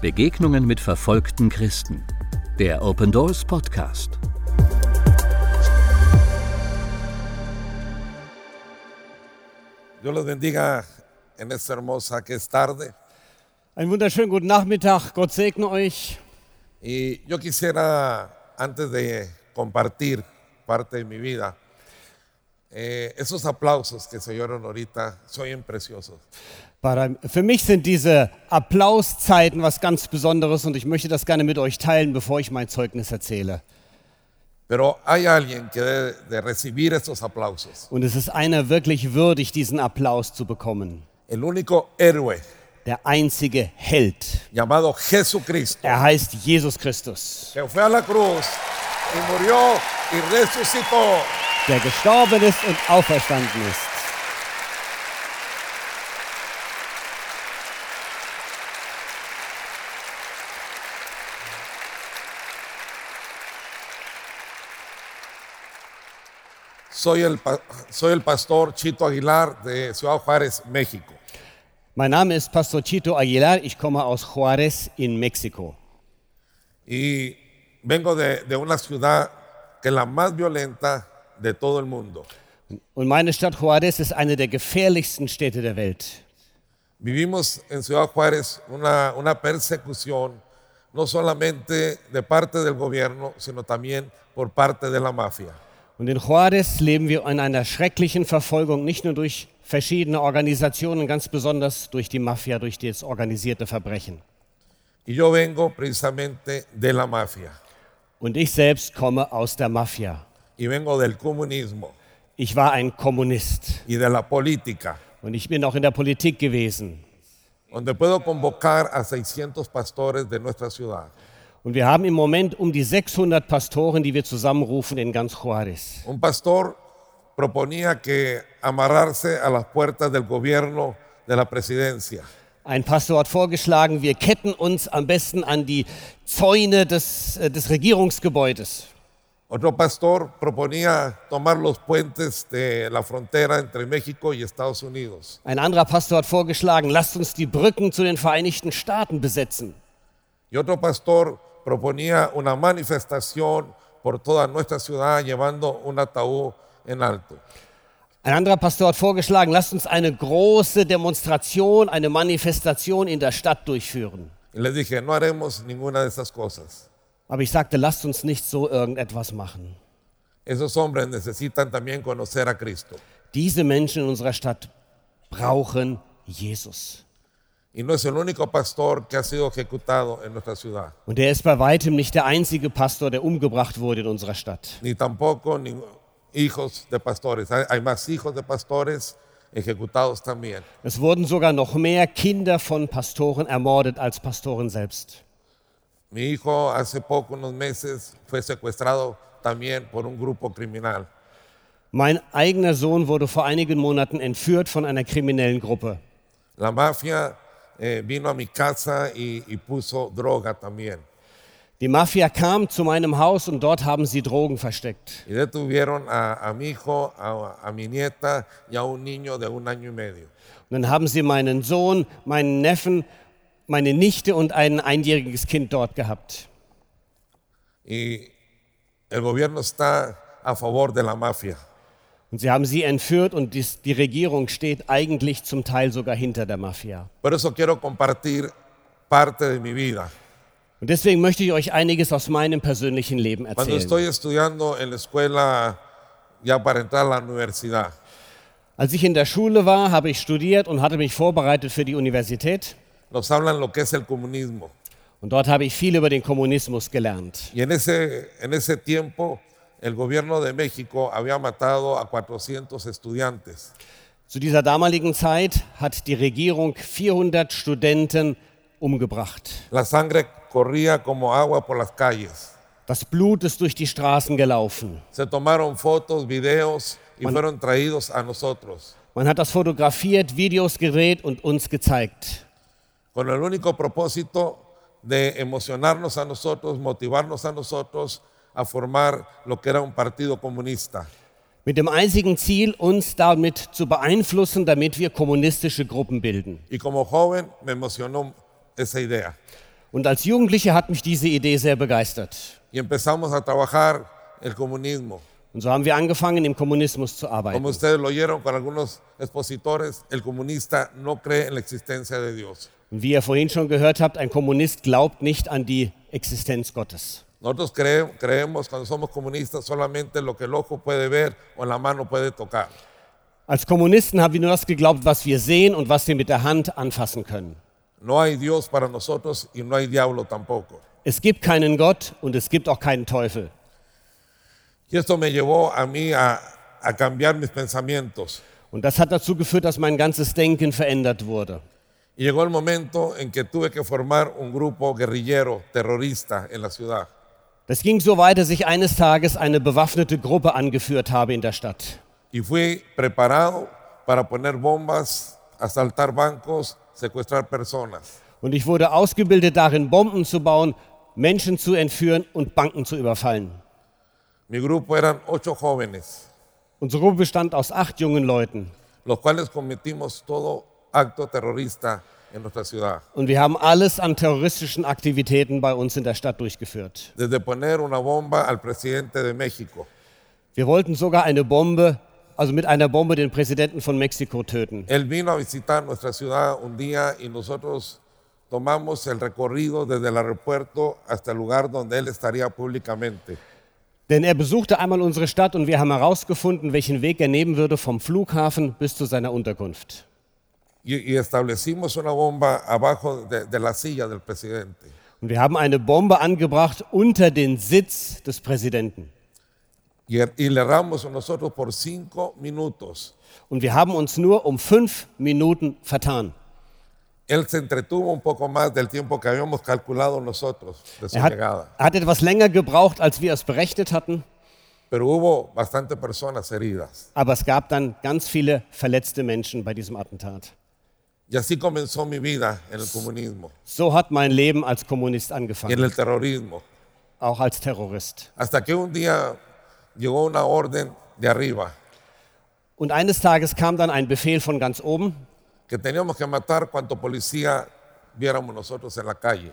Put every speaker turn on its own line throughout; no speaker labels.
Begegnungen mit verfolgten Christen. Der Open Doors Podcast.
Dios los bendiga en esta hermosa que es tarde.
Einen wunderschönen guten Nachmittag, Gott segne euch.
Y yo quisiera, antes de compartir parte de mi vida, eh, esos aplausos que se oyeron ahorita, son preciosos.
Para, für mich sind diese Applauszeiten was ganz Besonderes und ich möchte das gerne mit euch teilen, bevor ich mein Zeugnis erzähle.
Pero hay alguien que debe de recibir esos aplausos.
Und es ist einer wirklich würdig, diesen Applaus zu bekommen.
El único héroe
Der einzige Held.
llamado Jesucristo,
Er heißt Jesus Christus,
que fue a la cruz y murió y resucitó.
der gestorben ist und auferstanden ist.
Soy el, pa- soy el pastor Chito Aguilar de Ciudad Juárez, México.
Mein Name ist Pastor Chito Aguilar, ich komme aus Juárez in Mexiko.
Y vengo de, de una ciudad que es la más violenta de todo el mundo.
Und meine Stadt Juárez ist eine der gefährlichsten Städte der Welt.
Vivimos en Ciudad Juárez una, una persecución, no solamente de parte del gobierno, sino también por parte de la mafia.
Und in Juárez leben wir in einer schrecklichen Verfolgung, nicht nur durch verschiedene Organisationen, ganz besonders durch die Mafia, durch das organisierte Verbrechen.
Y yo vengo precisamente de la mafia
Und ich selbst komme aus der Mafia.
y vengo del comunismo
Ich war ein Kommunist
y de la política,
und ich bin auch in der Politik gewesen.
donde puedo convocar a 600 pastores de nuestra ciudad,
Und wir haben im Moment um die 600 Pastoren, die wir zusammenrufen in ganz Juárez.
Un pastor proponía que amarrarse a las puertas del gobierno de la presidencia.
Ein Pastor hat vorgeschlagen, wir ketten uns am besten an die Zäune des, äh, des Regierungsgebäudes.
Otro pastor proponía tomar los puentes de la frontera entre México y Estados Unidos.
Ein anderer Pastor hat vorgeschlagen, lasst uns die Brücken zu den Vereinigten Staaten besetzen.
Y otro pastor proponía una manifestación por toda nuestra ciudad llevando un ataúd en alto.
Ein anderer Pastor hat vorgeschlagen, lasst uns eine große Demonstration, eine Manifestation in der Stadt durchführen.
Y les dije, no haremos ninguna de esas cosas.
Aber ich sagte, lasst uns nicht so irgendetwas machen.
Esos hombres necesitan también conocer a Cristo.
Diese Menschen in unserer Stadt brauchen Jesus.
Y no es el único pastor que ha sido ejecutado en nuestra ciudad.
Und er ist bei weitem nicht der einzige Pastor, der umgebracht wurde in unserer Stadt.
ni tampoco ni- hijos de pastores. Hay, hay más hijos de pastores ejecutados también.
Es wurden sogar noch mehr Kinder von Pastoren ermordet als Pastoren selbst.
Mi hijo hace poco, unos meses, fue secuestrado también por un grupo criminal.
Mein eigener Sohn wurde vor einigen Monaten entführt von einer kriminellen Gruppe.
La mafia eh, vino a mi casa y, y puso droga también.
Die Mafia kam zu meinem Haus und dort haben sie Drogen versteckt.
Y detuvieron a, a mi hijo, a, a mi nieta y a un niño de un año y medio.
Und dann haben sie meinen Sohn, meinen Neffen, meine Nichte und ein einjähriges Kind dort gehabt.
Y el gobierno está a favor de la mafia.
Und sie haben sie entführt und dies, die Regierung steht eigentlich zum Teil sogar hinter der Mafia.
Por eso quiero compartir parte de mi vida.
Und deswegen möchte ich euch einiges aus meinem persönlichen Leben
Cuando
erzählen.
estoy estudiando en la escuela ya para entrar a la universidad,
Als ich in der Schule war, habe ich studiert und hatte mich vorbereitet für die Universität.
nos hablan lo que es el comunismo.
Und dort habe ich viel über den Kommunismus gelernt.
Y en ese, en ese tiempo el gobierno de México había matado a 400 estudiantes.
Zu dieser damaligen Zeit hat die Regierung 400 Studenten umgebracht.
La sangre corría como agua por las calles.
Das Blut ist durch die Straßen gelaufen.
Se tomaron fotos, videos y fueron traídos a nosotros
Man hat das fotografiert, Videos gedreht und uns gezeigt.
con el único propósito de emocionarnos a nosotros, motivarnos a nosotros a formar lo que era un partido comunista.
Mit dem einzigen Ziel, uns damit zu beeinflussen, damit wir kommunistische Gruppen bilden.
Y como joven me emocionó esa idea.
Und als Jugendlicher hat mich diese Idee sehr begeistert.
y empezamos a trabajar el comunismo.
Und so haben wir angefangen, im Kommunismus zu arbeiten.
Como ustedes lo oyeron con algunos expositores, el comunista no cree en la existencia de Dios.
Und wie ihr vorhin schon gehört habt, ein Kommunist glaubt nicht an die Existenz Gottes.
Nosotros cre- creemos cuando somos comunistas solamente lo que el ojo puede ver o la mano puede tocar.
Als Kommunisten haben wir nur das geglaubt, was wir sehen und was wir mit der Hand anfassen können.
No hay Dios para nosotros y no hay diablo tampoco.
Es gibt keinen Gott und es gibt auch keinen Teufel.
Y esto me llevó a mí a, a cambiar mis pensamientos.
Und das hat dazu geführt, dass mein ganzes Denken verändert wurde.
Y llegó el momento en que tuve que formar un grupo guerrillero terrorista en la ciudad.
Das ging so weit, dass ich eines Tages eine bewaffnete Gruppe angeführt habe in der Stadt.
Y fui preparado para poner bombas, asaltar bancos, secuestrar personas.
Und ich wurde ausgebildet darin, Bomben zu bauen, Menschen zu entführen und Banken zu überfallen.
Mi grupo eran ocho jóvenes,
Unsere Gruppe bestand aus acht jungen Leuten.
los cuales cometimos todo acto terrorista en nuestra ciudad.
Und wir haben alles an terroristischen Aktivitäten bei uns in der Stadt durchgeführt.
Desde poner una bomba al presidente de México,
Wir wollten sogar eine Bombe, also mit einer Bombe den Präsidenten von Mexiko töten.
Él vino a visitar nuestra ciudad un día y nosotros tomamos el recorrido desde el aeropuerto hasta el lugar donde él estaría públicamente.
Denn er besuchte einmal unsere Stadt und wir haben herausgefunden, welchen Weg er nehmen würde vom Flughafen bis zu seiner Unterkunft.
Y, y establecimos una bomba abajo de- de la silla del presidente.
Und wir haben eine Bombe angebracht unter den Sitz des Präsidenten.
Y, er- y le erramos nosotros por cinco minutos.
Und wir haben uns nur um fünf Minuten vertan.
Él se entretuvo un poco más del tiempo que habíamos calculado nosotros de su
Er hat,
llegada.
er hat etwas länger gebraucht, als wir es berechnet hatten,
Pero hubo bastantes personas heridas.
aber es gab dann ganz viele verletzte Menschen bei diesem Attentat.
Y así comenzó mi vida en el comunismo
So hat mein Leben als Kommunist
y en
angefangen,
el terrorismo.
auch als Terrorist.
Hasta que un día llegó una orden de arriba
Und eines Tages kam dann ein Befehl von ganz oben,
que teníamos que matar cuanto policía viéramos nosotros en la calle.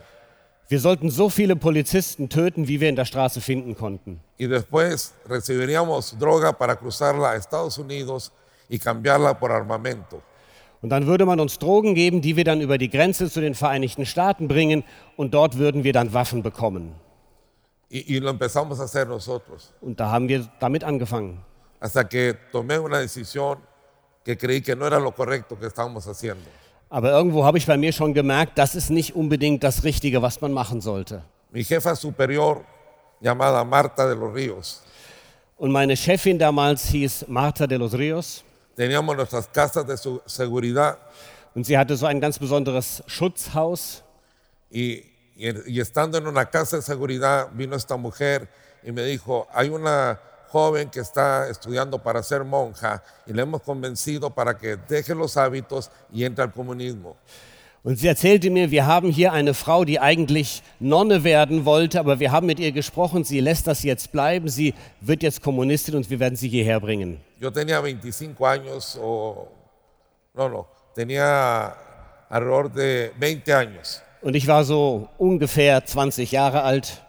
wir sollten so viele Polizisten töten, wie wir in der Straße finden konnten.
Y después recibiríamos droga para cruzarla a Estados Unidos y cambiarla por armamento.
Und dann würde man uns Drogen geben, die wir dann über die Grenze zu den Vereinigten Staaten bringen und dort würden wir dann Waffen bekommen.
Y, y lo empezamos a hacer nosotros.
Und da haben wir damit angefangen.
Hasta que tomé una decisión que creí que no era lo correcto que estábamos haciendo.
Aber irgendwo habe ich bei mir schon gemerkt, das ist nicht unbedingt das Richtige, was man machen sollte.
Mi jefa superior, llamada Marta de los Ríos,
Und meine Chefin damals hieß Marta de los Rios
teníamos nuestras casas de su- seguridad
und sie hatte so ein ganz besonderes Schutzhaus.
y, y- y estando en una casa de seguridad vino esta mujer y me dijo, hay una joven que está estudiando para ser monja y le hemos convencido para que deje los hábitos y entre al comunismo.
Und sie erzählte mir, wir haben hier eine Frau, die eigentlich Nonne werden wollte, aber wir haben mit ihr gesprochen, sie lässt das jetzt bleiben, sie wird jetzt Kommunistin und wir werden sie hierher bringen.
Yo tenía 25 años o... No, no, tenía alrededor de 20 años.
Und ich war so ungefähr 20 Jahre alt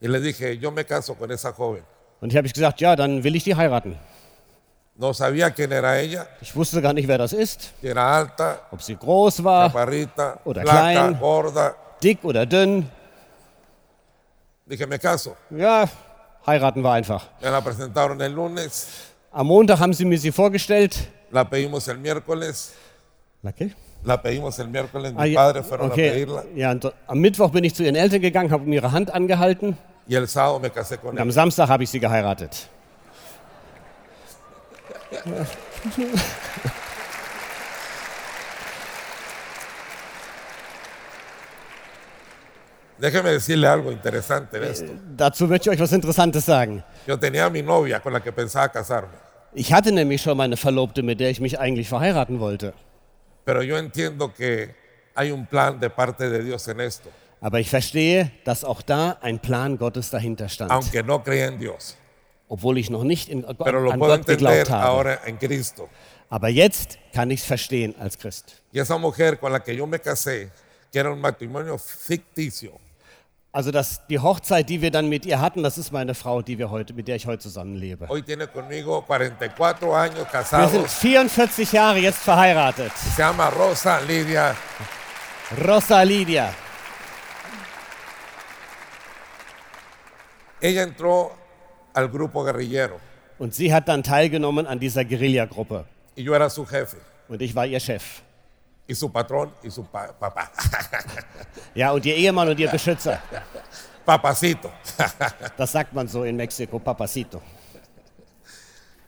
Y le dije, yo me caso con esa joven.
und ich habe ich gesagt, ja, dann will ich die heiraten.
No sabía quién era ella,
Ich wusste gar nicht, wer das ist,
que era alta,
ob sie groß war,
chaparrita,
Ora,
flaca,
Ah, klein.
gorda.
dick oder dünn.
Dije, me caso.
Ja, heiraten wir einfach.
Me la presentaron el lunes,
Am Montag haben sie mir sie vorgestellt.
la pedimos el miércoles,
Lucky.
la pedimos el miércoles,
Ah,
mis
ja,
padres fueron a
okay.
pedirla
ja, und so- am Mittwoch bin ich zu ihren Eltern gegangen, habe um ihre Hand angehalten
y el sábado me casé con
und am
ella.
Samstag habe ich sie geheiratet.
Déjeme decirle algo interesante de esto.
Dazu möchte ich euch was Interessantes sagen.
Yo tenía a mi novia con la que pensaba casarme,
Ich hatte nämlich schon meine Verlobte, mit der ich mich eigentlich verheiraten wollte.
pero yo entiendo que hay un plan de parte de Dios en esto,
Aber ich verstehe, dass auch da ein Plan Gottes dahinter stand,
aunque no creía en Dios,
obwohl ich noch nicht in, an
pero lo puedo
Gott
entender
geglaubt habe.
ahora en Cristo.
Aber jetzt kann ich es verstehen als Christ.
Y esa mujer con la que yo me casé que era un matrimonio ficticio.
Also das, die Hochzeit, die wir dann mit ihr hatten, das ist meine Frau, die wir heute, mit der ich heute zusammenlebe.
Hoy tiene conmigo 44 años
Wir sind
casados.
44 Jahre jetzt verheiratet.
Se llama Rosa Lidia.
Rosa Lidia.
Ella entró al grupo guerrillero
Und sie hat dann teilgenommen an dieser Guerilla-Gruppe.
y yo era su jefe
Und ich war ihr Chef.
y su patrón y su pa- papá.
Ja, und ihr Ehemann und ihr Beschützer.
Papacito.
Das sagt man so in Mexiko, Papacito.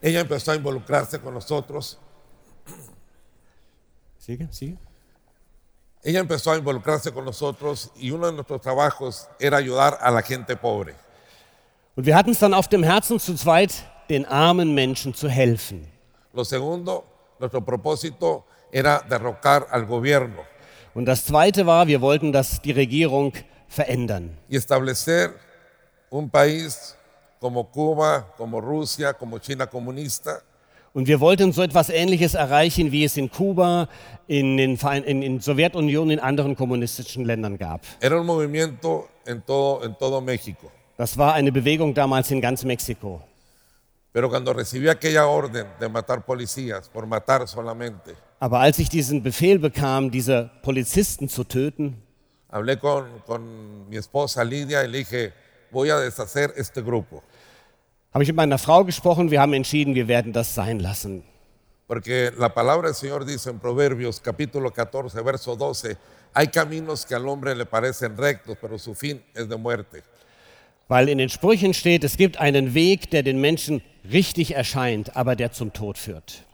Ella empezó a involucrarse con nosotros.
Siege, siege.
Ella empezó a involucrarse con nosotros y uno de nuestros trabajos era ayudar a la gente pobre.
Und wir hatten es dann auf dem Herzen zu zweit, den armen Menschen zu helfen.
Lo segundo, nuestro propósito era derrocar al gobierno
Und das Zweite war, wir wollten, dass die Regierung verändern.
y establecer un país como Cuba, como Rusia, como China comunista,
Und wir wollten so etwas Ähnliches erreichen, wie es in Kuba, in den Verein, in, in Sowjetunion, in anderen kommunistischen Ländern gab.
Era un movimiento en todo, en todo México.
Das war eine Bewegung damals in ganz Mexiko.
Pero cuando recibí aquella orden de matar policías por matar solamente,
Aber als ich diesen Befehl bekam, diese Polizisten zu töten,
hablé con, con mi esposa Lidia y le dije, voy a deshacer este grupo,
habe ich mit meiner Frau gesprochen. Wir haben entschieden, wir werden das sein lassen.
porque la palabra del Señor dice en Proverbios capítulo 14, verso 12, hay caminos que al hombre le parecen rectos, pero su fin es de muerte.
Weil in den Sprüchen steht, es gibt einen Weg, der den Menschen richtig erscheint, aber der zum Tod führt.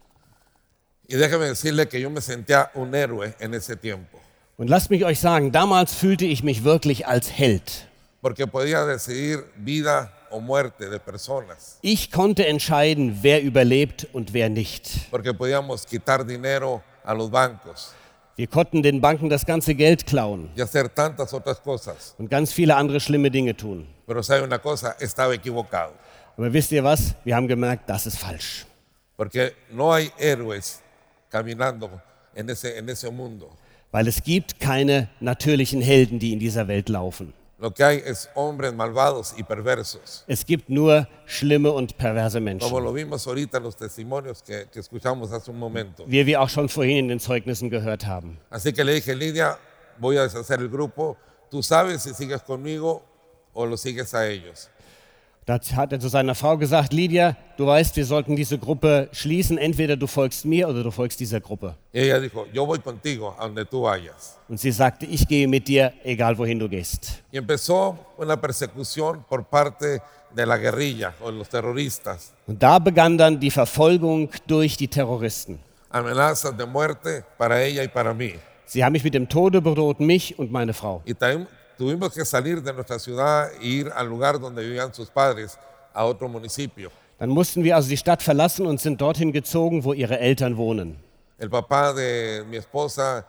Y déjame decirle que yo me sentía un héroe en ese tiempo,
Und lasst mich euch sagen, damals fühlte ich mich wirklich als Held.
porque podía decidir vida o muerte de personas.
Ich konnte entscheiden, wer überlebt und wer nicht.
porque podíamos quitar dinero a los bancos
Wir konnten den Banken das ganze Geld klauen
y hacer tantas otras cosas.
und ganz viele andere schlimme Dinge tun.
Pero sabe una cosa, estaba equivocado,
Aber wisst ihr was? Wir haben gemerkt, das ist falsch.
porque no hay héroes caminando en ese, en ese mundo.
Weil es gibt keine natürlichen Helden, die in dieser Welt laufen.
Lo que hay es hombres malvados y perversos,
Es gibt nur schlimme und perverse
como
Menschen.
lo vimos ahorita en los testimonios que, que escuchamos hace un momento.
Wie wir auch schon vorhin in den Zeugnissen gehört haben.
Así que le dije, Lidia, voy a deshacer el grupo, tú sabes si sigues conmigo o lo sigues a ellos.
Da hat er zu seiner Frau gesagt, Lydia, du weißt, wir sollten diese Gruppe schließen. Entweder du folgst mir oder du folgst dieser Gruppe.
Y ella dijo, yo voy contigo a donde tú vayas.
Und sie sagte, ich gehe mit dir, egal wohin du gehst.
Y empezó una persecución por parte de la guerrilla o los terroristas.
Und da begann dann die Verfolgung durch die Terroristen.
Amenazas de muerte para ella y para mí.
Sie haben mich mit dem Tode bedroht, mich und meine Frau.
Y tam- tuvimos que salir de nuestra ciudad e ir al lugar donde vivían sus padres, a otro municipio.
Dann mussten wir also die Stadt verlassen und sind dorthin gezogen, wo ihre Eltern wohnen.
El papá de mi esposa,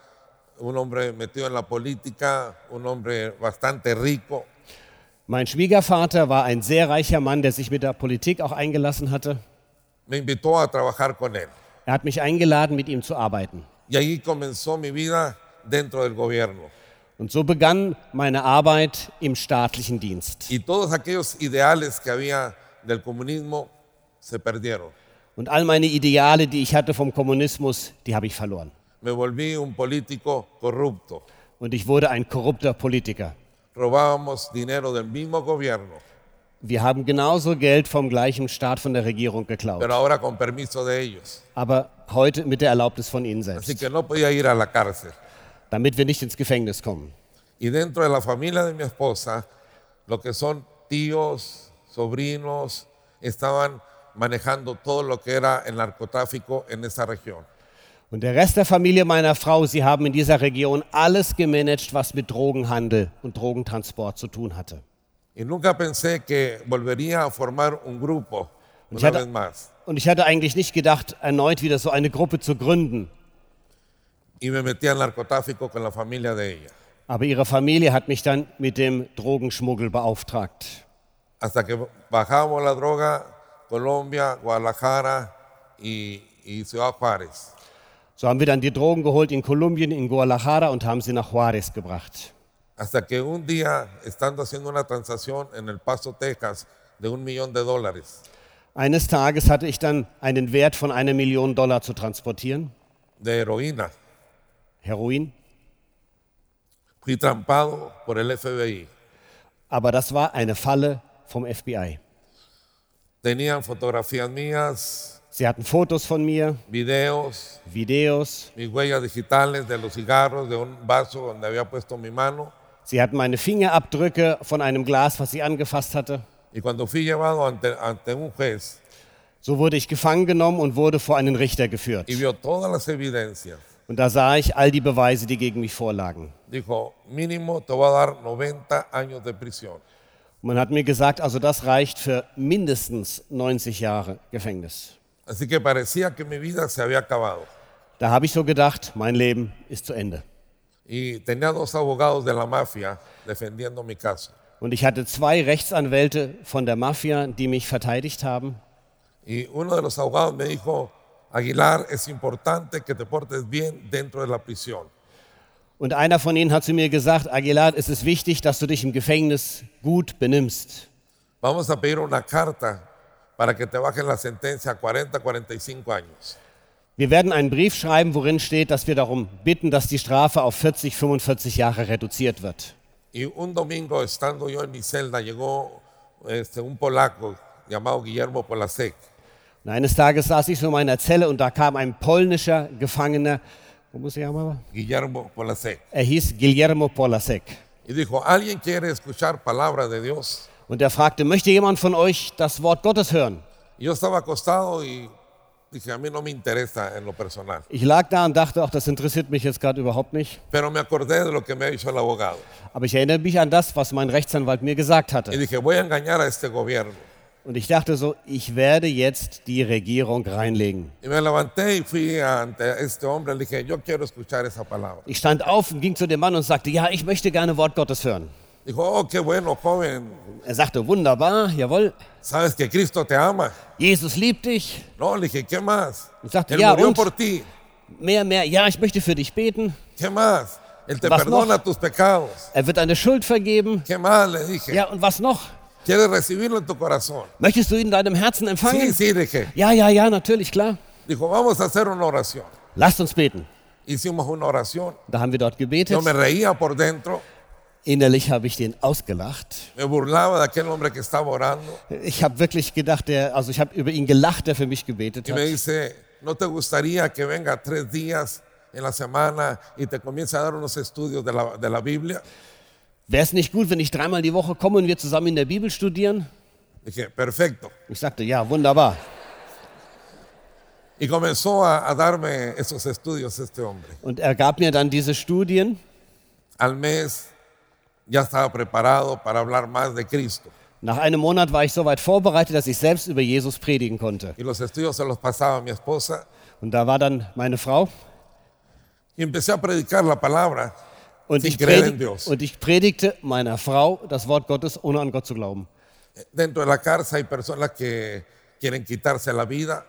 un hombre metido en la política, un hombre bastante rico,
Mein Schwiegervater war ein sehr reicher Mann, der sich mit der Politik auch eingelassen hatte.
me invitó a trabajar con él.
Er hat mich eingeladen, mit ihm zu arbeiten.
Y ahí comenzó mi vida dentro del gobierno.
Und so begann meine Arbeit im staatlichen Dienst.
Y todos aquellos ideales que había del comunismo se perdieron.
Und all meine Ideale, die ich hatte vom Kommunismus, die habe ich verloren.
Me volví un político corrupto.
Und ich wurde ein korrupter Politiker.
Robábamos dinero del mismo gobierno,
Wir haben genauso Geld vom gleichen Staat von der Regierung
pero
geklaut.
ahora con permiso de ellos.
Aber heute mit der Erlaubnis von Ihnen
Así
selbst,
que no podía ir a la cárcel.
damit wir nicht ins Gefängnis kommen.
Y dentro de la familia de mi esposa, lo que son tíos, sobrinos, estaban manejando todo lo que era el narcotráfico en esa región.
Und der Rest der Familie meiner Frau, sie haben in dieser Region alles gemanagt, was mit Drogenhandel und Drogentransport zu tun hatte.
Y nunca pensé que volvería a formar un grupo una
Und ich hatte-
vez más.
Und ich hatte eigentlich nicht gedacht, erneut wieder so eine Gruppe zu gründen.
Y me metí al narcotráfico con la familia de ella.
Aber ihre Familie hat mich dann mit dem Drogenschmuggel beauftragt.
hasta que bajamos la droga, Colombia, Guadalajara y, y Ciudad Juárez.
So haben wir dann die Drogen geholt in Kolumbien, in Guadalajara und haben sie nach Juárez gebracht.
Hasta que un día, estando haciendo una transacción en El Paso, Texas, de un millón de dólares,
Eines Tages hatte ich dann einen Wert von einer Million Dollar zu transportieren,
de heroína,
Heroin.
fui trampado por el FBI.
Aber das war eine Falle vom FBI.
Tenían fotografías mías,
Sie hatten Fotos von mir,
videos,
Videos,
mis huellas digitales de los cigarros, de un vaso donde había puesto mi mano.
sie hatten meine Fingerabdrücke von einem Glas, was ich angefasst hatte.
Y cuando fui llevado ante, ante un juez
So wurde ich gefangen genommen und wurde vor einen Richter geführt.
y vio todas las evidencias,
Und da sah ich all die Beweise, die gegen mich vorlagen.
dijo, mínimo te voy a dar 90 años de prisión.
Man hat mir gesagt, also das reicht für mindestens 90 Jahre Gefängnis.
Así que parecía que mi vida se había acabado.
Da habe ich so gedacht, mein Leben ist zu Ende.
Y tenía dos abogados de la mafia defendiendo mi caso.
Und ich hatte zwei Rechtsanwälte von der Mafia, die mich verteidigt haben.
Y uno de los abogados me dijo, Aguilar, es importante que te portes bien dentro de la prisión.
Und einer von ihnen hat zu mir gesagt, Aguilar, es ist wichtig, dass du dich im Gefängnis gut benimmst.
Vamos a pedir una carta para que te bajen la sentencia a 40, 45 años.
Wir werden einen Brief schreiben, worin steht, dass wir darum bitten, dass die Strafe auf 40, 45 Jahre reduziert wird.
Y un domingo, estando yo en mi celda, llegó este, un polaco llamado Guillermo Polasek.
Und eines Tages saß ich so in meiner Zelle und da kam ein polnischer Gefangener, wo muss ich einmal-
Guillermo Polasek.
er hieß Guillermo Polasek.
Y dijo, ¿alguien quiere escuchar palabra de Dios?
Und er fragte, möchte jemand von euch das Wort Gottes hören?
Y yo estaba acostado y dije, a mí no me interesa en lo personal.
Ich lag da und dachte, ach, das interessiert mich jetzt gerade überhaupt nicht.
Pero me acordé de lo que me ha dicho el abogado.
Aber ich erinnere mich an das, was mein Rechtsanwalt mir gesagt
Y
hatte.
dije, voy a engañar a este gobierno.
Und ich dachte so, ich werde jetzt die Regierung reinlegen.
Y me levanté y fui ante este hombre. Le dije, yo quiero escuchar esa palabra.
Ich stand auf und ging zu dem Mann und sagte, ja, ich möchte gerne Wort Gottes hören.
Dijo, oh, qué bueno, joven.
Er sagte, wunderbar, jawohl,
Sabes que Cristo te ama.
Jesus liebt dich.
No, le dije, ¿qué más?
Exacto,
Él
ya,
murió
und-
por ti.
Mehr, mehr, ja, ich möchte für dich beten.
¿Qué más? Él te
Vas
perdona
noch.
tus pecados.
Er wird deine Schuld vergeben.
¿Qué más? Le dije.
Ja, und was noch?
¿Quieres recibirlo en tu corazón?
Möchtest du ihn in deinem Herzen
Sí,
empfangen?
sí, le dije.
Ja, ja, ja, natürlich, klar.
Dijo, vamos a hacer una oración.
Lasst uns beten.
Hicimos una oración.
Da haben wir dort gebetet.
Yo me reía por dentro.
Innerlich habe ich den ausgelacht.
Me burlaba de aquel hombre que estaba orando.
Ich habe wirklich gedacht, der, also ich habe über ihn gelacht, der für mich gebetet
Y me
hat.
dice, ¿no te gustaría que venga tres días en la semana y te comience a dar unos estudios de la, de la Biblia?
Wäre es nicht gut, wenn ich dreimal die Woche komme und wir zusammen in der Bibel studieren?
Dije, perfecto.
Ich sagte, ja, wunderbar.
Y comenzó a, a darme esos estudios este hombre.
Und er gab mir dann diese Studien
Al mes ya estaba preparado para hablar más de Cristo.
Nach einem Monat war ich so weit vorbereitet, dass ich selbst über Jesus predigen konnte.
Y los estudios se los pasaba a mi esposa.
Und da war dann meine Frau
Y empecé a predicar la palabra.
und
Sie
ich,
grillen
predig
Dios.
und ich predigte meiner Frau das Wort Gottes, ohne an Gott zu glauben.
Dentro de la cárcel hay personas que quieren quitarse la vida.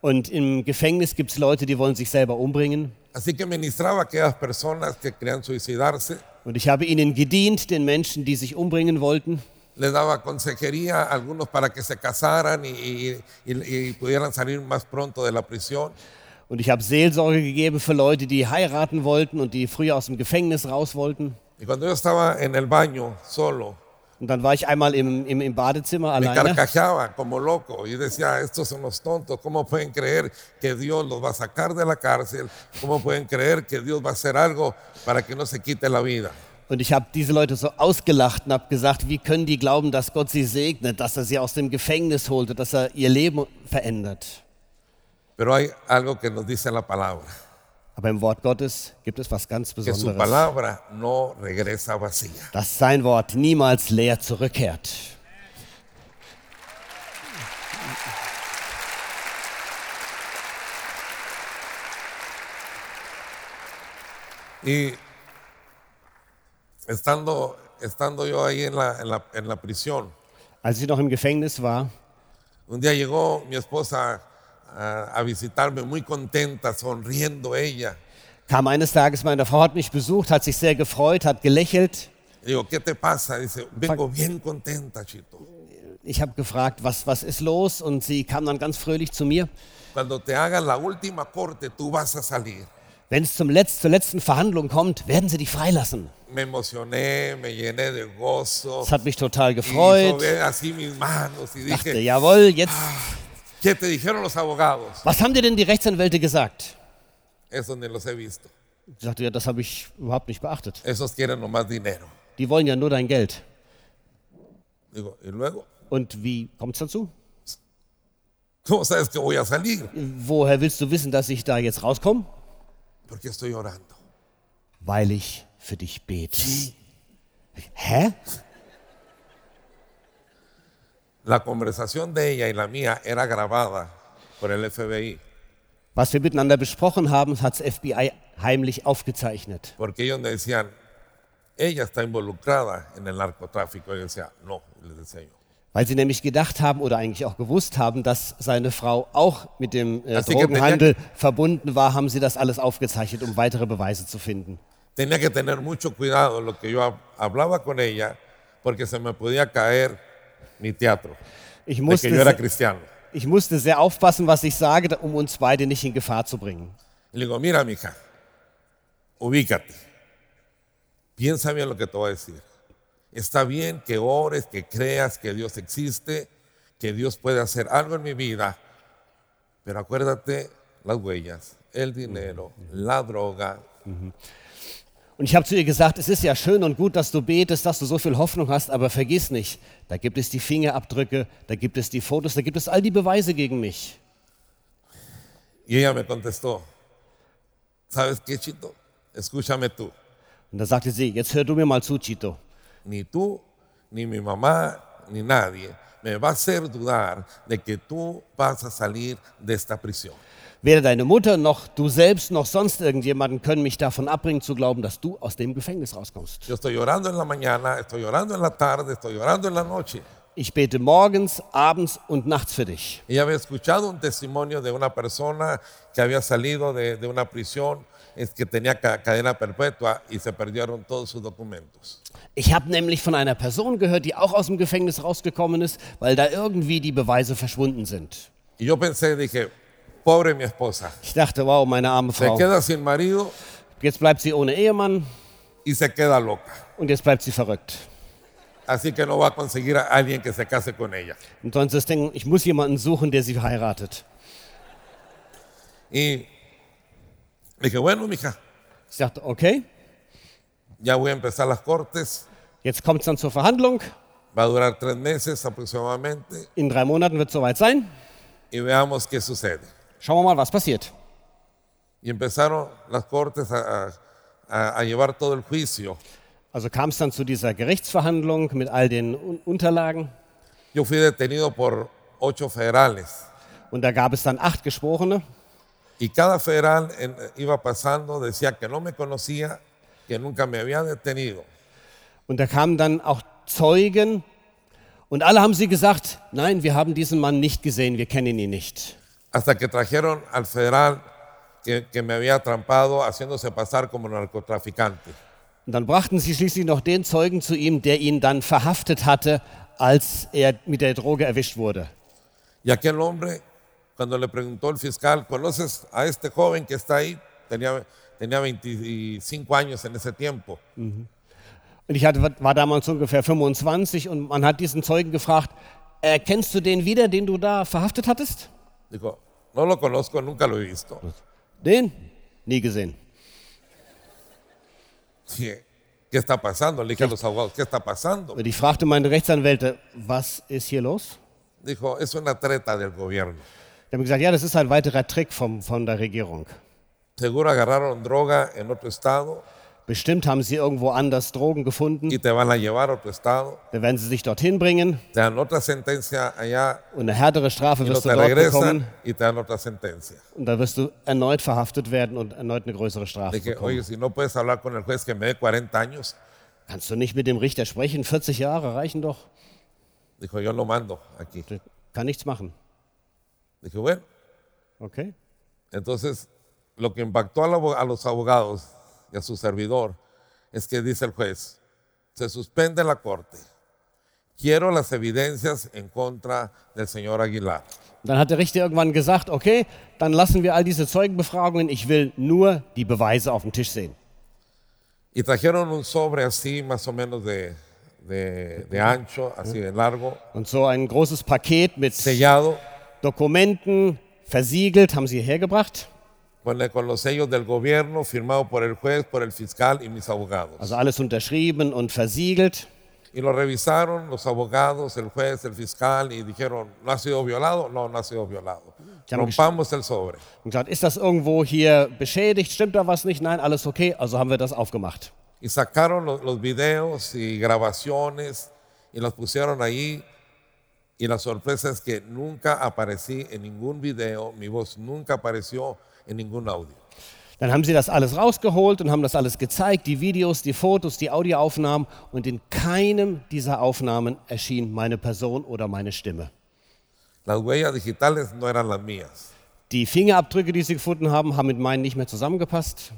Und im Gefängnis gibt es Leute, die wollen sich selber umbringen.
Así que ministraba a aquellas personas que querían suicidarse.
Und ich habe ihnen gedient, den Menschen, die sich umbringen wollten.
Les daba consejería a algunos para que se casaran y, y- y- y pudieran salir más pronto de la prisión.
Und ich habe Seelsorge gegeben für Leute, die heiraten wollten und die früher aus dem Gefängnis raus wollten.
Y cuando yo estaba en el baño solo,
Und dann war ich einmal im, im, im Badezimmer
me
alleine.
carcajeaba como loco y decía, estos son los tontos, ¿cómo pueden creer que Dios los va a sacar de la cárcel? ¿Cómo pueden creer que Dios va a hacer algo para que no se quite la vida?
Und ich habe diese Leute so ausgelacht und habe gesagt, wie können die glauben, dass Gott sie segnet, dass er sie aus dem Gefängnis holte, dass er ihr Leben verändert.
Pero hay algo que nos dice la palabra,
Aber im Wort Gottes gibt es was ganz
que su
Besonderes,
palabra no regresa vacía.
dass sein Wort niemals leer zurückkehrt.
Y estando, estando yo ahí en la, en la- en la prisión,
Als ich noch im Gefängnis war,
un día llegó mi esposa a- a visitarme muy contenta, sonriendo ella.
Kam eines Tages, meine Frau hat mich besucht, hat sich sehr gefreut, hat gelächelt.
Y digo, ¿qué te pasa? Dice, vengo bien contenta, Chito.
Ich habe gefragt, was, was ist los? Und sie kam dann ganz fröhlich zu mir.
Cuando te hagan la última corte, tú vas a salir.
Wenn es zum Letz-, zur letzten Verhandlung kommt, werden sie dich freilassen.
Me emocioné, me llené de gozo.
Das hat mich total
Y hizo
gefreut.
ver así mis manos y
Dachte,
dije,
jawohl, jetzt.
¿qué te dijeron los abogados?
Was haben dir denn die Rechtsanwälte gesagt?
Esos ni los he visto.
Ich sagte, ja, das habe ich überhaupt nicht beachtet.
Esos quieren nomás dinero.
Die wollen ja nur dein Geld.
Digo, ¿y luego?
Und wie kommt's dazu?
¿Cómo sabes que voy a salir?
Woher willst du wissen, dass ich da jetzt rauskomme?
Porque estoy orando.
Weil ich für dich bete. Hä?
La conversación de ella y la mía era grabada por el FBI,
Was wir miteinander besprochen haben, hat das FBI heimlich aufgezeichnet.
porque ellos me decían, ella está involucrada en el narcotráfico. Y yo decía, no, les decía yo.
Weil sie nämlich gedacht haben oder eigentlich auch gewusst haben, dass seine Frau auch mit dem äh,
Hat sie gemerkt?
Drogenhandel verbunden war, haben sie das alles aufgezeichnet, um weitere Beweise zu finden.
Tenía que tener mucho cuidado lo que yo hab- hablaba con ella, porque se me podía caer mi teatro,
Ich
de
musste,
que yo era
se-
cristiano.
ich musste sehr aufpassen, was ich sage, um uns beide nicht in Gefahr zu bringen.
Y le digo, mira, mija, ubícate. Piensa bien lo que te voy a decir. Está bien que ores, que creas que Dios existe, que Dios puede hacer algo en mi vida, pero acuérdate las huellas, el dinero, la droga.
Und ich habe zu ihr gesagt, es ist ja schön und gut, dass du betest, dass du so viel Hoffnung hast, aber vergiss nicht, da gibt es die Fingerabdrücke, da gibt es die Fotos, da gibt es all die Beweise gegen mich.
Y ella me contestó, ¿sabes qué, Chito? Escúchame tú.
Und da sagte sie, jetzt hör du mir mal zu, Chito.
Ni tú, ni mi mamá, ni nadie me va a hacer dudar de que tú vas a salir de esta prisión.
Weder deine Mutter noch du selbst noch sonst irgendjemanden können mich davon abbringen zu glauben, dass du aus dem Gefängnis rauskommst.
Yo estoy orando en la mañana, estoy orando en la tarde, estoy orando en la noche.
Ich bete morgens, abends und nachts für dich.
Y había escuchado un testimonio de una persona que había salido de, de una prisión, es que tenía ca- cadena perpetua y se perdieron todos sus documentos.
Ich habe nämlich von einer Person gehört, die auch aus dem Gefängnis rausgekommen ist, weil da irgendwie die Beweise verschwunden sind.
Y yo pensé, dije, pobre mi esposa,
Ich dachte, wow, meine arme
se
Frau.
queda sin marido
Jetzt bleibt sie ohne Ehemann
y se queda loca.
und jetzt bleibt sie verrückt.
Así que no va a conseguir a alguien que se case con ella.
Und sonst ist denken, ich muss jemanden suchen, der sie heiratet.
Y dije, bueno, mija,
Ich dachte, okay,
ya voy a empezar las cortes,
jetzt kommt es dann zur Verhandlung.
va a durar tres meses aproximadamente
In drei Monaten wird es soweit sein.
y veamos qué sucede.
Schauen wir mal, was passiert.
Y empezaron las cortes a, a- a llevar todo el juicio.
Also kam es dann zu dieser Gerichtsverhandlung mit all den Un Unterlagen
Yo fui detenido por ocho federales
und da gab es dann acht Geschworene
y cada federal en- iba pasando, decía que no me conocía, que nunca me había detenido.
und da kamen dann auch Zeugen und alle haben sie gesagt, nein, wir haben diesen Mann nicht gesehen, wir kennen ihn nicht.
Hasta que trajeron al federal que, que me había trampado haciéndose pasar como narcotraficante.
Und dann brachten sie schließlich noch den Zeugen zu ihm, der ihn dann verhaftet hatte, als er mit der Droge erwischt wurde.
Y aquel hombre, cuando le preguntó el fiscal, ¿conoces a este joven que está ahí? Tenía, tenía 25 años en ese tiempo.
Und ich hatte, war damals ungefähr 25 und man hat diesen Zeugen gefragt, erkennst du den wieder, den du da verhaftet hattest?
Dijo, no lo conozco, nunca lo he visto.
Den? Nie gesehen.
Dije, ¿qué está pasando? Le dije a los abogados, ¿qué está pasando?
Und ich fragte meine Rechtsanwälte, was ist hier los?
Dijo, es una treta del gobierno.
Die haben gesagt, ja, das ist ein weiterer Trick vom, von der Regierung.
Seguro agarraron droga en otro estado
Bestimmt haben sie irgendwo anders Drogen gefunden,
y te van a llevar a otro estado.
dann werden sie sich dorthin bringen
Te dan otra sentencia allá
und eine härtere Strafe
y no
wirst du
te
dort bekommen
regresan y te dan otra sentencia.
und da wirst du erneut verhaftet werden und erneut eine größere Strafe
Le dije, oye,
bekommen.
si no puedes hablar con el juez que me dé 40 años,
Kannst du nicht mit dem Richter sprechen? 40 Jahre reichen doch.
dijo, yo lo mando aquí.
Der Kann nichts machen.
Dije, bueno,
Okay?
Entonces, lo que impactó al abo- a los abogados y a su servidor es que dice el juez, se suspende la corte. Quiero las evidencias en contra del señor Aguilar.
Dann hat der Richter irgendwann gesagt, okay, dann lassen wir all diese Zeugenbefragungen, ich will nur die Beweise auf dem Tisch sehen.
Y trajeron un sobre así, más o menos de, de- de ancho, así de largo,
Und so ein großes Paket mit
sellado,
Dokumenten, versiegelt, haben sie hergebracht.
con, con los sellos del gobierno, firmado por el juez, por el fiscal y mis abogados.
Also alles unterschrieben und versiegelt.
Y lo revisaron los abogados, el juez, el fiscal, y dijeron, ¿no ha sido violado? No, no ha sido violado.
Ya no-
Rompamos el sobre.
Und gesagt, ist das irgendwo hier beschädigt? Stimmt da was nicht? Nein, alles okay. Also haben wir das aufgemacht.
Y sacaron lo- los videos y grabaciones y los pusieron ahí. Y la sorpresa es que nunca aparecí en ningún video, mi voz nunca apareció en ningún audio.
Dann haben sie das alles rausgeholt und haben das alles gezeigt, die Videos, die Fotos, die Audioaufnahmen. Und in keinem dieser Aufnahmen erschien meine Person oder meine Stimme.
Las huellas digitales no eran las mías.
Die Fingerabdrücke, die sie gefunden haben, haben mit meinen nicht mehr zusammengepasst.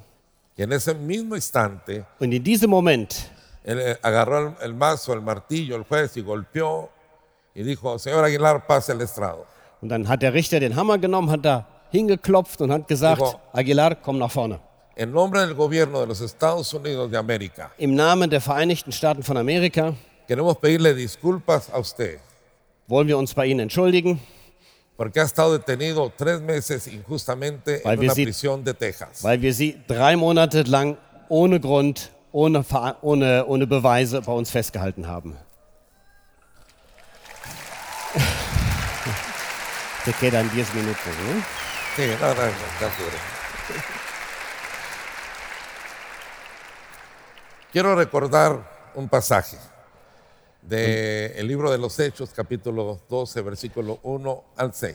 Y en ese mismo instante,
Und in diesem Moment
él eh, agarró el, el mazo, el martillo, el juez y golpeó y dijo, señor Aguilar, pase el estrado.
Und dann hat der Richter den Hammer genommen, hat da hingeklopft und hat gesagt,
Super.
Aguilar, komm nach vorne.
En nombre del gobierno de los Estados Unidos de América,
Im Namen der Vereinigten Staaten von Amerika
queremos pedirle disculpas a usted
wollen wir uns bei Ihnen entschuldigen,
porque ha estado detenido tres meses injustamente
Weil
en
wir
una
sie-
prisión de Texas.
weil wir Sie drei Monate lang ohne Grund, ohne, Ver- ohne, ohne Beweise bei uns festgehalten haben. Te quedan 10 minutos, ne?
Sí, no, no, no, ya seguro. Quiero recordar un pasaje del libro de los Hechos, capítulo 12, versículo 1 al 6.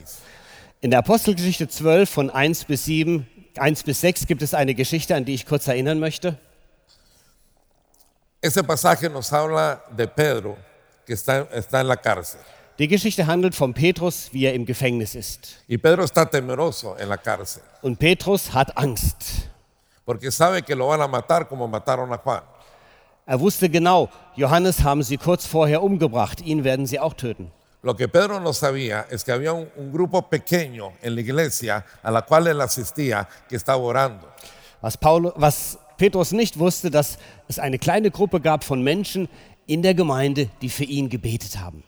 In der Apostelgeschichte 12 von 1 bis 7, 1 bis 6 gibt es eine Geschichte, an die ich kurz erinnern möchte.
Ese pasaje nos habla de Pedro, que está, está en la cárcel.
Die Geschichte handelt von Petrus, wie er im Gefängnis ist.
Y Pedro está temeroso en la cárcel,
Und Petrus hat Angst.
porque sabe que lo van a matar como mataron a Juan.
Er wusste genau, Johannes haben sie kurz vorher umgebracht, ihn werden sie auch töten.
Lo que Pedro no sabía es que había un, un grupo pequeño en la iglesia a la cual él asistía que estaba orando.
Was, Paulus, was Petrus nicht wusste, dass es eine kleine Gruppe gab von Menschen in der Gemeinde, die für ihn gebetet haben.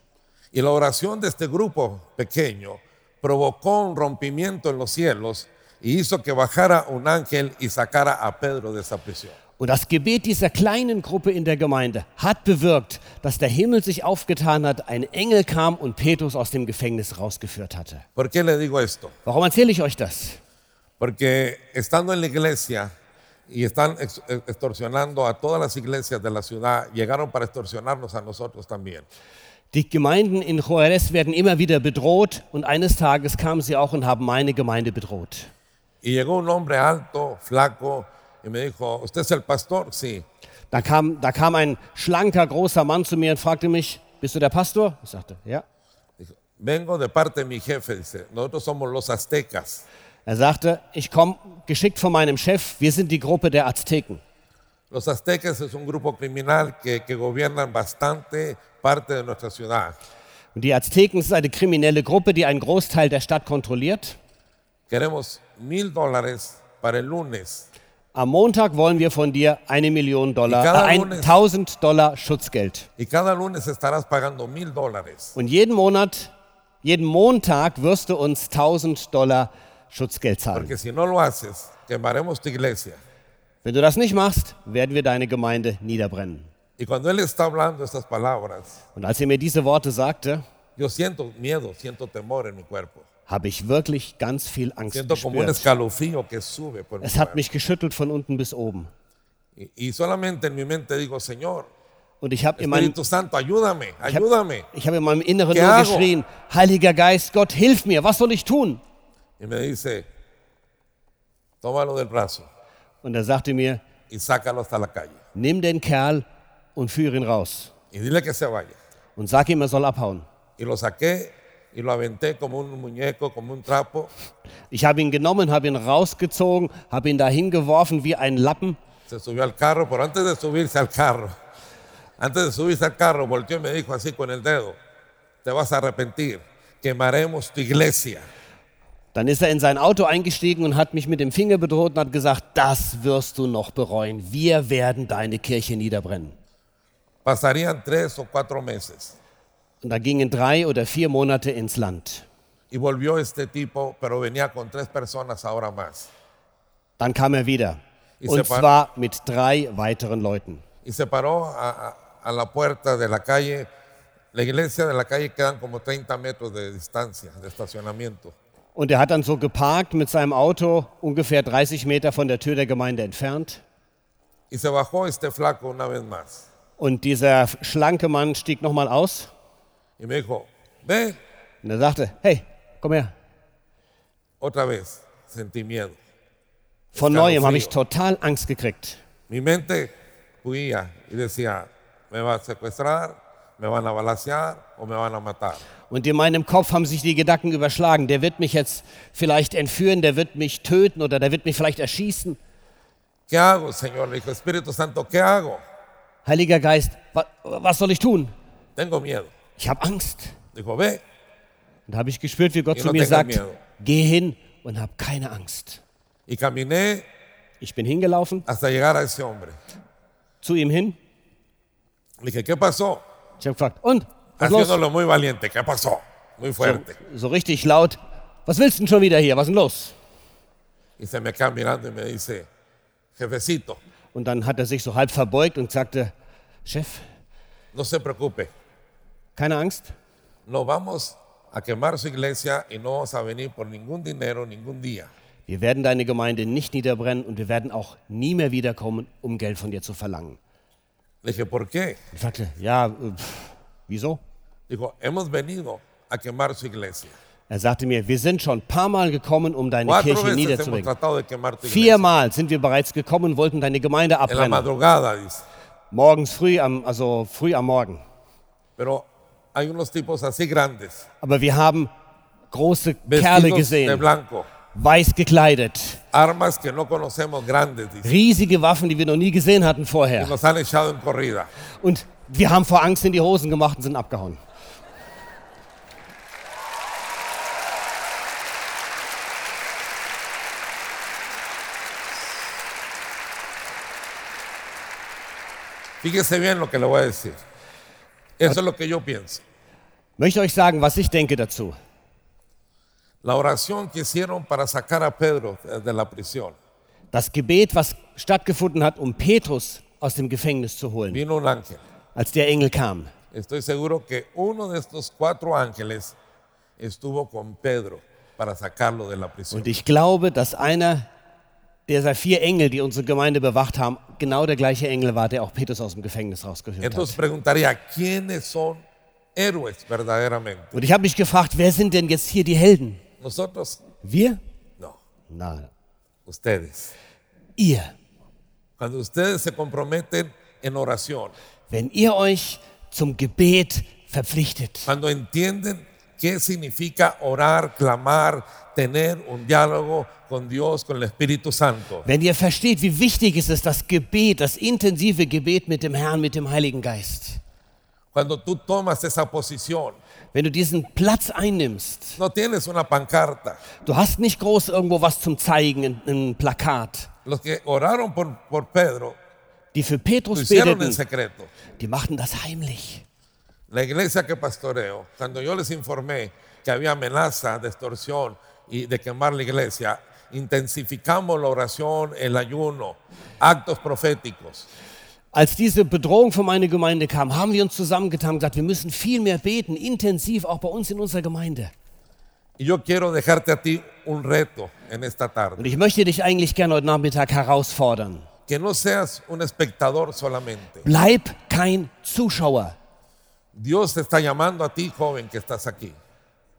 Y la oración de este grupo pequeño provocó un rompimiento en los cielos y hizo que bajara un ángel y sacara a Pedro de esa prisión.
Und das Gebet dieser kleinen Gruppe in der Gemeinde hat bewirkt, dass der Himmel sich aufgetan hat, ein Engel kam und Petrus aus dem Gefängnis rausgeführt hatte.
¿Por qué le digo esto?
Warum erzähle ich euch das?
Porque estando en la iglesia y están ex- extorsionando a todas las iglesias de la ciudad, llegaron para extorsionarnos a nosotros también.
Die Gemeinden in Juarez werden immer wieder bedroht und eines Tages kamen sie auch und haben meine Gemeinde bedroht.
Y llegó un hombre alto, flaco, y me dijo, ¿usted es el pastor? Sí.
Da kam, da kam ein schlanker, großer Mann zu mir und fragte mich, bist du der Pastor? Ich sagte, ja.
Dijo, Vengo de parte de mi jefe, dice, nosotros somos los aztecas.
Er sagte, ich komme geschickt von meinem Chef, wir sind die Gruppe der Azteken.
Los aztecas es un grupo criminal que, que gobiernan bastante parte de nuestra ciudad,
Und die Azteken ist eine kriminelle Gruppe, die einen Großteil der Stadt kontrolliert.
queremos mil dólares para el lunes.
Am Montag wollen wir von dir eine Million Dollar,
Die
äh,
Kamerun ist-
1000 Dollar Schutzgeld.
Y cada lunes estarás pagando mil dólares.
Und jeden Monat, jeden Montag wirst du uns 1000 Dollar Schutzgeld zahlen.
Porque si no lo haces, quemaremos tu iglesia.
Wenn du das nicht machst, werden wir deine Gemeinde niederbrennen.
Y cuando él está hablando estas palabras,
Und als er mir diese Worte sagte,
yo siento miedo, siento temor en mi cuerpo.
habe ich wirklich ganz viel Angst
Siento como un
gespürt.
escalofrío que sube por mi
Es hat
cuerpo.
mich geschüttelt von unten bis oben.
Y, y solamente en mi mente digo, Señor,
Und ich habe in, meinem-
Espíritu Santo, ayúdame, ayúdame.
ich habe in meinem Inneren
¿Qué
nur
hago?
geschrien, Heiliger Geist, Gott, hilf mir, was soll ich tun?
Y me dice, tómalo del brazo.
Und er sagte mir,
y sácalo hasta la calle.
nimm den Kerl und führe ihn raus.
Y dile que se vaya.
Und sag ihm, er soll abhauen.
Y lo saqué y lo aventé como un muñeco, como un trapo.
Ich habe ihn genommen, habe ihn rausgezogen, habe ihn dahin geworfen wie einen Lappen.
Se subió al carro, pero antes de subirse al carro, antes de subirse al carro, volteó y me dijo así con el dedo, te vas a arrepentir, quemaremos tu iglesia.
Dann ist er in sein Auto eingestiegen und hat mich mit dem Finger bedroht und hat gesagt, das wirst du noch bereuen. Wir werden deine Kirche niederbrennen.
Pasarían tres o cuatro meses
Und da gingen drei oder vier Monate ins Land.
y volvió este tipo, pero venía con tres personas ahora más.
Dann kam er wieder.
Ist
Und
der Ba-
zwar mit drei weiteren Leuten.
Y se paró a, a- a la puerta de la calle. La iglesia de la calle quedan como 30 metros de distancia de estacionamiento.
Und er hat dann so geparkt mit seinem Auto, ungefähr 30 Meter von der Tür der Gemeinde entfernt.
Y se bajó este flaco una vez más
Und dieser schlanke Mann stieg nochmal aus.
y me dijo, ve
Und er sagte, hey, komm her.
otra vez. Sentí miedo.
Von
Ist ja
neuem
noch
habe ich
Frio.
total Angst gekriegt.
Mi mente huía y decía, me van a secuestrar, me van a balasear o me van a matar.
Und in meinem Kopf haben sich die Gedanken überschlagen. Der wird mich jetzt vielleicht entführen, der wird mich töten oder der wird mich vielleicht erschießen.
¿Qué hago, Señor? Le dijo, Espíritu Santo, ¿qué hago?
Heiliger Geist, wa was soll ich tun?
Tengo miedo.
Ich habe Angst.
Dijo, ve.
Und da habe ich gespürt, wie Gott
Ihr
zu
noch
mir
denkt an
sagt,
mir.
geh hin und hab keine Angst.
Y caminé
Ich bin hingelaufen,
hasta llegar a ese hombre.
zu ihm hin.
Le dije, ¿qué pasó?
Ich habe gefragt, und, was los?
Haciéndolo muy valiente. ¿Qué pasó? Muy fuerte.
So richtig laut, was willst du denn schon wieder hier, was ist denn los?
Y se me queda mirando y me dice, jefecito,
Und dann hat er sich so halb verbeugt und sagte, Chef,
no se preocupe,
keine Angst,
no vamos a quemar su iglesia y no vamos a venir por ningún dinero, ningún día.
wir werden deine Gemeinde nicht niederbrennen und wir werden auch nie mehr wiederkommen, um Geld von dir zu verlangen.
Le dije, ¿por qué?
Ich sagte, ja, äh, pff, wieso?
Dijo, hemos venido a quemar su iglesia.
Er sagte mir, wir sind schon ein paar Mal gekommen, um deine
Cuatro
Kirche
veces hemos
niederzubringen.
tratado de quemar tu iglesia.
Viermal sind wir bereits gekommen, wollten deine Gemeinde
En la
abbrennen.
madrugada, dice.
Morgens früh, am, also früh am Morgen.
Pero hay unos tipos así grandes,
Aber wir haben große Kerle
vestidos de
gesehen,
blanco,
weiß gekleidet,
armas que no conocemos grandes, dice.
riesige Waffen, die wir noch nie gesehen hatten
Y
vorher.
nos han echado en corrida.
Und wir haben vor Angst in die Hosen gemacht und sind abgehauen.
Fíjese bien lo que le voy a decir. Eso es lo que yo pienso.
Möchte euch sagen, was ich denke dazu.
La oración que hicieron para sacar a Pedro eh, de la prisión.
Das Gebet, was stattgefunden hat, um Petrus aus dem Gefängnis zu holen,
Vino un ángel.
als der Engel kam.
Estoy seguro que uno de estos cuatro ángeles estuvo con Pedro para sacarlo de la prisión.
Und ich glaube, dass einer dieser vier Engel, die unsere Gemeinde bewacht haben, genau der gleiche Engel war, der auch Petrus aus dem Gefängnis rausgeführt hat.
Entonces preguntaría, ¿quiénes son héroes verdaderamente?
Und ich habe mich gefragt, wer sind denn jetzt hier die Helden?
Nosotros,
Wir?
no,
Na,
ustedes.
ihr.
Cuando ustedes se comprometen en oración,
Wenn ihr euch zum Gebet verpflichtet,
cuando entienden qué significa orar, clamar, tener un diálogo con Dios, con el Espíritu Santo.
wenn ihr versteht, wie wichtig es ist, das Gebet, das intensive Gebet mit dem Herrn, mit dem Heiligen Geist,
Cuando tú tomas esa posición,
wenn du diesen Platz einnimmst,
no tienes una pancarta.
du hast nicht groß irgendwo was zum Zeigen, ein ein Plakat.
Los que oraron por, por Pedro
Die für
lo
Petrus
hicieron en
beteten,
secreto.
die machten das heimlich.
La iglesia que pastoreo, cuando yo les informé que había amenaza de extorsión y de quemar la iglesia, intensificamos la oración, el ayuno, actos proféticos.
Als diese Bedrohung für meine Gemeinde kam, haben wir uns zusammengetan und gesagt, wir müssen viel mehr beten, intensiv, auch bei uns in unserer Gemeinde.
Y yo quiero dejarte a ti un reto en esta
Und
tarde.
ich möchte dich eigentlich gerne heute Nachmittag herausfordern.
Que no seas un espectador solamente.
Bleib kein Zuschauer.
Dios te está llamando a ti, joven, que estás aquí.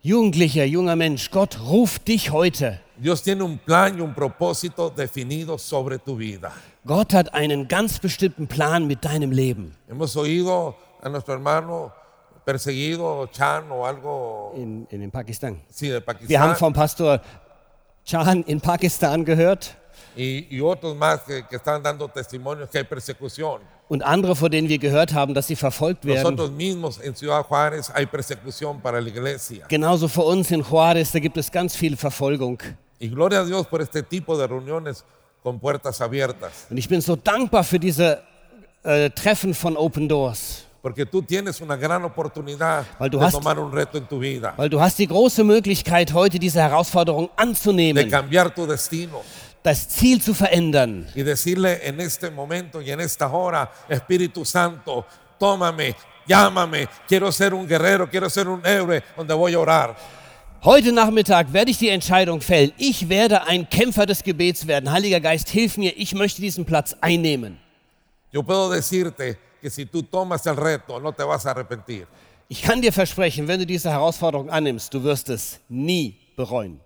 Jugendlicher, junger Mensch, Gott ruft dich heute.
Dios tiene un plan y un propósito definido sobre tu vida.
Gott hat einen ganz bestimmten Plan mit deinem Leben.
Hemos oído a nuestro hermano perseguido, Chan o algo,
in, in, in Pakistan.
sí, de
Wir
Pakistán,
haben vom Pastor Chan in Pakistan gehört
y, y otros más que, que están dando testimonios que hay persecución.
und andere, von denen wir gehört haben, dass sie verfolgt werden.
Nosotros mismos en Ciudad Juárez hay persecución para la iglesia.
Genauso für uns in Juarez, da gibt es ganz viel Verfolgung.
Y gloria a Dios por este tipo de reuniones con puertas abiertas,
Und ich bin so dankbar für diese äh, Treffen von Open Doors,
porque tú tienes una gran oportunidad
Weil du
de
hast-
tomar un reto en tu vida,
weil du hast die große Möglichkeit, heute diese Herausforderung
de
anzunehmen,
cambiar tu destino
das Ziel zu verändern.
y decirle en este momento y en esta hora, Espíritu Santo, tómame, llámame, quiero ser un guerrero, quiero ser un héroe donde voy a orar.
Heute Nachmittag werde ich die Entscheidung fällen. Ich werde ein Kämpfer des Gebets werden. Heiliger Geist, hilf mir, ich möchte diesen Platz einnehmen.
Yo puedo decirte que si tú tomas el reto, no te vas a arrepentir.
Ich kann dir versprechen, wenn du diese Herausforderung annimmst, du wirst es nie bereuen.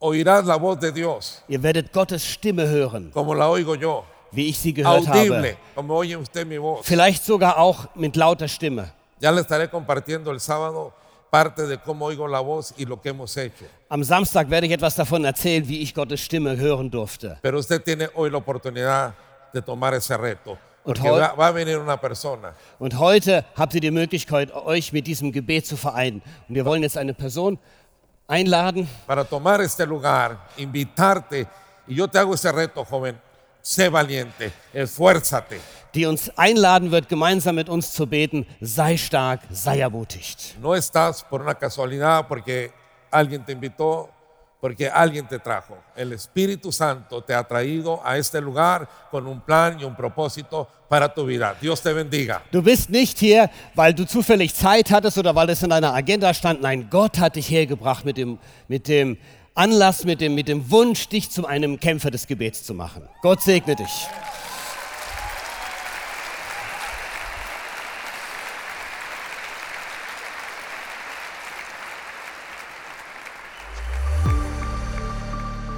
Oirás la voz de Dios,
Ihr werdet Gottes Stimme hören,
como la oigo yo,
wie ich sie gehört habe.
audible, como oye usted mi voz.
Vielleicht sogar auch mit lauter Stimme.
Ya le estaré compartiendo el sábado parte de cómo oigo la voz y lo que hemos hecho.
Am Samstag werde ich etwas davon erzählen, wie ich Gottes Stimme hören durfte.
Pero usted tiene hoy la oportunidad de tomar ese reto. Porque
Ojo.
va, va a venir una persona.
Und heute habt ihr die Möglichkeit, euch mit diesem Gebet zu vereinen. Und wir wollen jetzt eine Person einladen.
para tomar este lugar, invitarte. Y yo te hago ese reto, joven. Sé valiente, esfuérzate.
die uns einladen wird, gemeinsam mit uns zu beten, sei stark, sei ermutigt.
No estás por una casualidad, porque alguien te invitó, porque alguien te trajo. El Espíritu Santo te ha traído a este lugar con un plan y un propósito para tu vida. Dios te bendiga.
Du bist nicht hier, weil du zufällig Zeit hattest oder weil es in deiner Agenda stand. Nein, Gott hat dich hergebracht mit dem, mit dem Anlass, mit dem, mit dem Wunsch, dich zu einem Kämpfer des Gebets zu machen. Gott segne dich.